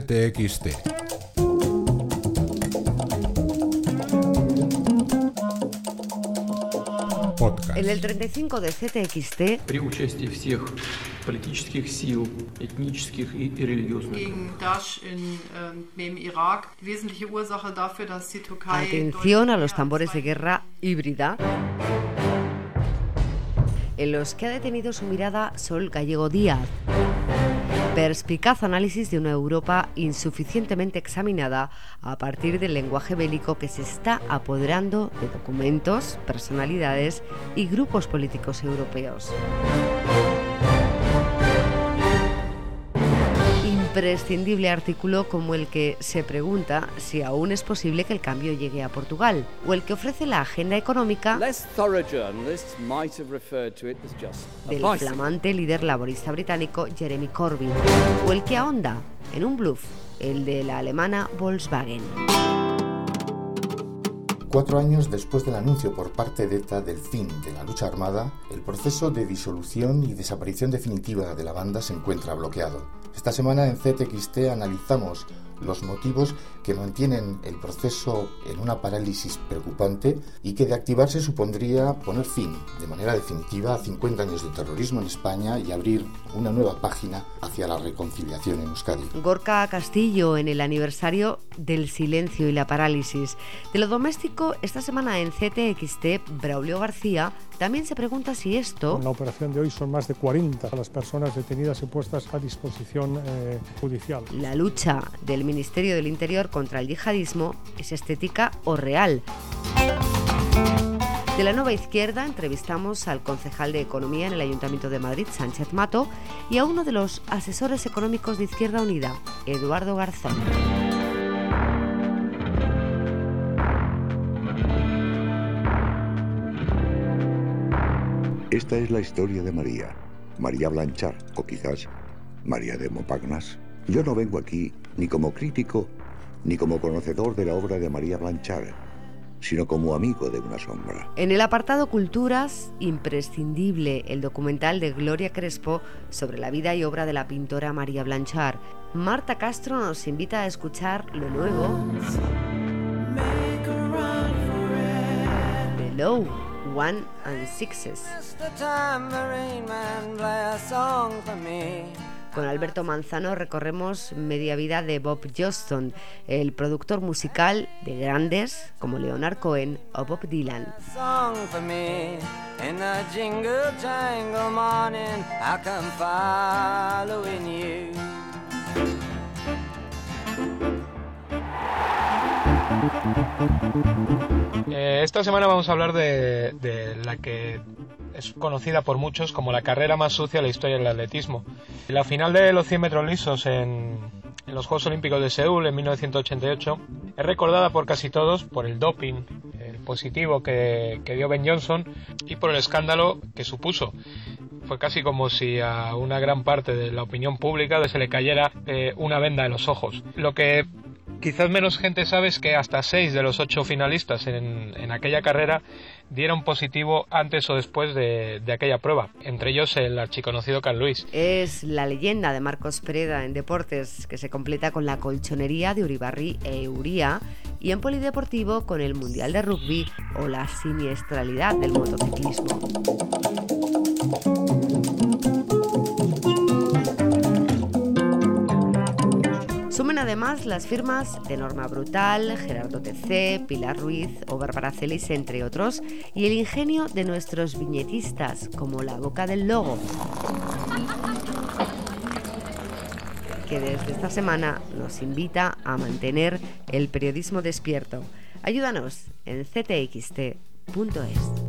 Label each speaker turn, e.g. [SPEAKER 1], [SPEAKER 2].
[SPEAKER 1] CTXT. Podcast.
[SPEAKER 2] En el 35 de CTXT
[SPEAKER 3] при участии всех политических сил, этнических и религиозных.
[SPEAKER 4] gegen Daesh in, ähm, im Irak die wesentliche Ursache dafür, dass die Türkei.
[SPEAKER 2] Atención a los tambores de guerra híbrida en los que ha detenido su mirada Sol Gallego Díaz. Perspicaz análisis de una Europa insuficientemente examinada a partir del lenguaje bélico que se está apoderando de documentos, personalidades y grupos políticos europeos. imprescindible artículo como el que se pregunta si aún es posible que el cambio llegue a Portugal o el que ofrece la agenda económica
[SPEAKER 5] Less thorough journalists might have referred to it as just a
[SPEAKER 2] del
[SPEAKER 5] bicycle.
[SPEAKER 2] flamante líder laborista británico Jeremy Corbyn o el que ahonda en un bluff, el de la alemana Volkswagen.
[SPEAKER 6] Cuatro años después del anuncio por parte de ETA del fin de la lucha armada, el proceso de disolución y desaparición definitiva de la banda se encuentra bloqueado. Esta semana en CTXT analizamos los motivos que mantienen el proceso en una parálisis preocupante y que de activarse supondría poner fin de manera definitiva a 50 años de terrorismo en España y abrir una nueva página hacia la reconciliación en Euskadi.
[SPEAKER 2] Gorka Castillo en el aniversario del silencio y la parálisis. De lo doméstico, esta semana en CTXT, Braulio García también se pregunta si esto...
[SPEAKER 7] Con la operación de hoy son más de 40 las personas detenidas y puestas a disposición eh, judicial.
[SPEAKER 2] La lucha del Ministerio del Interior contra el yihadismo es estética o real. De la nueva izquierda entrevistamos al concejal de Economía en el Ayuntamiento de Madrid, Sánchez Mato, y a uno de los asesores económicos de Izquierda Unida, Eduardo Garzón.
[SPEAKER 8] Esta es la historia de María, María Blanchard, o quizás María de Mopagnas. Yo no vengo aquí ni como crítico ni como conocedor de la obra de María Blanchard, sino como amigo de una sombra.
[SPEAKER 2] En el apartado Culturas, imprescindible el documental de Gloria Crespo sobre la vida y obra de la pintora María Blanchard. Marta Castro nos invita a escuchar lo nuevo de Low, One and Sixes, Con Alberto Manzano recorremos media vida de Bob Johnston, el productor musical de grandes como Leonard Cohen o Bob Dylan.
[SPEAKER 9] Eh, esta semana vamos a hablar de, de la que es conocida por muchos como la carrera más sucia de la historia del atletismo. La final de los 100 metros lisos en, en los Juegos Olímpicos de Seúl en 1988 es recordada por casi todos por el doping, el positivo que, que dio Ben Johnson y por el escándalo que supuso. Fue casi como si a una gran parte de la opinión pública se le cayera eh, una venda de los ojos. Lo que Quizás menos gente sabe es que hasta seis de los ocho finalistas en, en aquella carrera dieron positivo antes o después de, de aquella prueba, entre ellos el archiconocido Carl Luis.
[SPEAKER 2] Es la leyenda de Marcos Preda en deportes, que se completa con la colchonería de Uribarri e Euría y en polideportivo con el Mundial de Rugby o la siniestralidad del motociclismo. Sumen además las firmas de Norma Brutal, Gerardo TC, Pilar Ruiz o Bárbara Celis, entre otros, y el ingenio de nuestros viñetistas, como la boca del logo. que desde esta semana nos invita a mantener el periodismo despierto. Ayúdanos en ctxt.es.